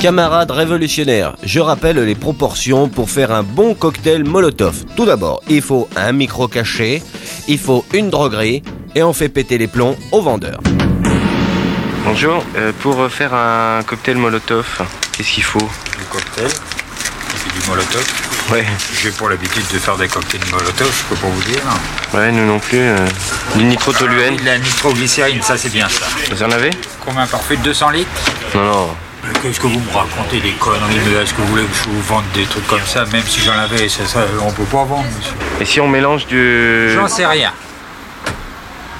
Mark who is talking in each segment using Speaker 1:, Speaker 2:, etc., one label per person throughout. Speaker 1: Camarades révolutionnaires, je rappelle les proportions pour faire un bon cocktail Molotov. Tout d'abord, il faut un micro caché, il faut une droguerie et on fait péter les plombs aux vendeurs.
Speaker 2: Bonjour, euh, pour faire un cocktail Molotov, qu'est-ce qu'il faut
Speaker 3: du cocktail. C'est du molotov.
Speaker 2: Ouais,
Speaker 3: J'ai pour l'habitude de faire des cocktails molotov, je peux pas vous dire. Ah,
Speaker 2: ouais, nous non plus. euh, du nitrotoluène,
Speaker 3: De la nitroglycérine, ça c'est bien ça.
Speaker 2: vous en avez
Speaker 3: Combien par fût 200 litres
Speaker 2: Non, non.
Speaker 3: Qu'est-ce que vous me racontez des conneries mais Est-ce que vous voulez que je vous vende des trucs comme ça Même si j'en avais, ça, ça, on peut pas vendre, monsieur.
Speaker 2: Et si on mélange du...
Speaker 3: J'en sais rien.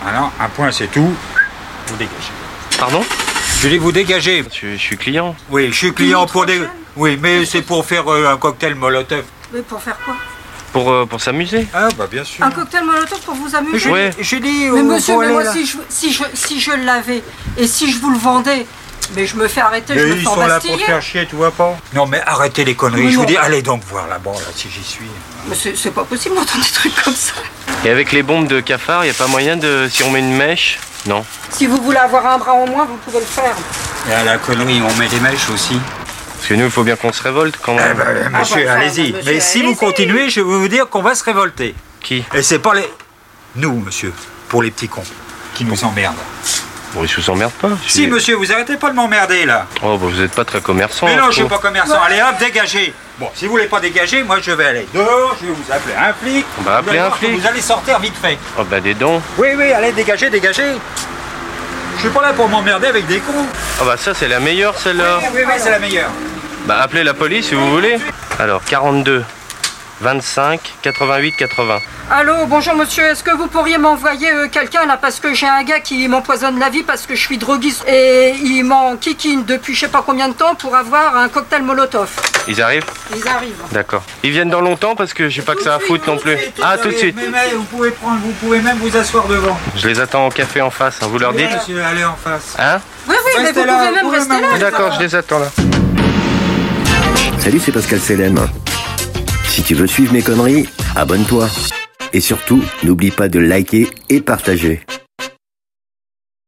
Speaker 3: Alors, un point c'est tout. Vous dégagez.
Speaker 2: Pardon
Speaker 3: Je dis vous dégagez.
Speaker 2: je, je suis client.
Speaker 3: Oui, je suis client pour des. Oui, mais c'est pour faire euh, un cocktail molotov.
Speaker 4: Mais pour faire quoi
Speaker 2: Pour, euh, pour s'amuser
Speaker 3: Ah, bah bien sûr.
Speaker 4: Un cocktail molotov pour vous
Speaker 3: Mais
Speaker 4: amuser
Speaker 3: je,
Speaker 2: Ouais.
Speaker 3: je dis.
Speaker 4: Mais
Speaker 3: oh,
Speaker 4: monsieur,
Speaker 3: faut
Speaker 4: mais
Speaker 3: aller
Speaker 4: moi,
Speaker 3: là.
Speaker 4: si je, si, je, si je l'avais et si je vous le vendais, mais je me fais arrêter, je
Speaker 3: Mais
Speaker 4: me
Speaker 3: ils
Speaker 4: fais
Speaker 3: sont là pour te
Speaker 4: embastiller.
Speaker 3: faire chier, tu vois pas Non mais arrêtez les conneries,
Speaker 4: Mais
Speaker 3: je vous
Speaker 4: non.
Speaker 3: dis allez donc voir là-bas là, si j'y suis.
Speaker 4: Mais c'est c'est pas possible d'entendre des trucs comme ça.
Speaker 2: Et avec les bombes de cafard, y a pas moyen de... Si on met une mèche Non.
Speaker 4: Si vous voulez avoir un bras en moins, vous pouvez le faire.
Speaker 3: Et à la connerie, on met des mèches aussi.
Speaker 2: Parce que nous, il faut bien qu'on se révolte quand
Speaker 3: Eh
Speaker 2: même.
Speaker 3: ben, monsieur,
Speaker 4: bah, ça,
Speaker 3: allez-y.
Speaker 4: monsieur,
Speaker 3: Mais si vous
Speaker 4: allez-y.
Speaker 3: continuez, je vais vous dire qu'on va se révolter.
Speaker 2: Qui
Speaker 3: Et c'est pas les. Nous, monsieur, pour les petits cons qui nous emmerdent.
Speaker 2: Bon, ils vous emmerdent pas. je
Speaker 3: Si,
Speaker 2: suis-
Speaker 3: monsieur, vous arrêtez pas de m'emmerder là.
Speaker 2: Oh, bah, vous êtes pas très commerçant.
Speaker 3: Mais non,
Speaker 2: je
Speaker 3: je suis
Speaker 2: trouve.
Speaker 3: pas commerçant. Allez hop, dégagez. Bon, si vous voulez pas dégager, moi je vais aller dehors, je vais vous appeler un flic.
Speaker 2: On va
Speaker 3: Vous
Speaker 2: appeler
Speaker 3: allez
Speaker 2: un
Speaker 3: voir que
Speaker 2: flic.
Speaker 3: Vous allez sortir vite fait.
Speaker 2: Oh, bah, des dons.
Speaker 3: Oui, oui, allez, dégagez, dégagez. Je suis pas là pour m'emmerder avec des cons.
Speaker 2: Ah bah ça c'est la meilleure celle-là.
Speaker 3: Oui, oui, oui, c'est la meilleure.
Speaker 2: Bah appelez la police si vous voulez. Alors 42 25 88 80.
Speaker 4: Allô, bonjour monsieur, est-ce que vous pourriez m'envoyer euh, quelqu'un là Parce que j'ai un gars qui m'empoisonne la vie parce que je suis droguiste et il m'en kikine depuis je sais pas combien de temps pour avoir un cocktail molotov.
Speaker 2: Ils arrivent
Speaker 4: Ils arrivent.
Speaker 2: D'accord. Ils viennent dans longtemps parce que j'ai pas que ça à foutre non plus. Ah tout de suite.
Speaker 3: Mais, mais, vous pouvez prendre, vous pouvez même vous asseoir devant.
Speaker 2: Je les attends au café en face, hein. vous leur dites
Speaker 3: Monsieur, allez en face.
Speaker 2: Hein
Speaker 4: Oui, oui, mais
Speaker 3: Restez
Speaker 4: vous
Speaker 3: là,
Speaker 4: pouvez même
Speaker 3: vous
Speaker 4: rester
Speaker 3: pouvez
Speaker 4: là.
Speaker 3: même-
Speaker 2: D'accord, je les attends là.
Speaker 5: Salut, c'est Pascal Selem. Si tu veux suivre mes conneries, abonne-toi. Et surtout, n'oublie pas de liker et partager.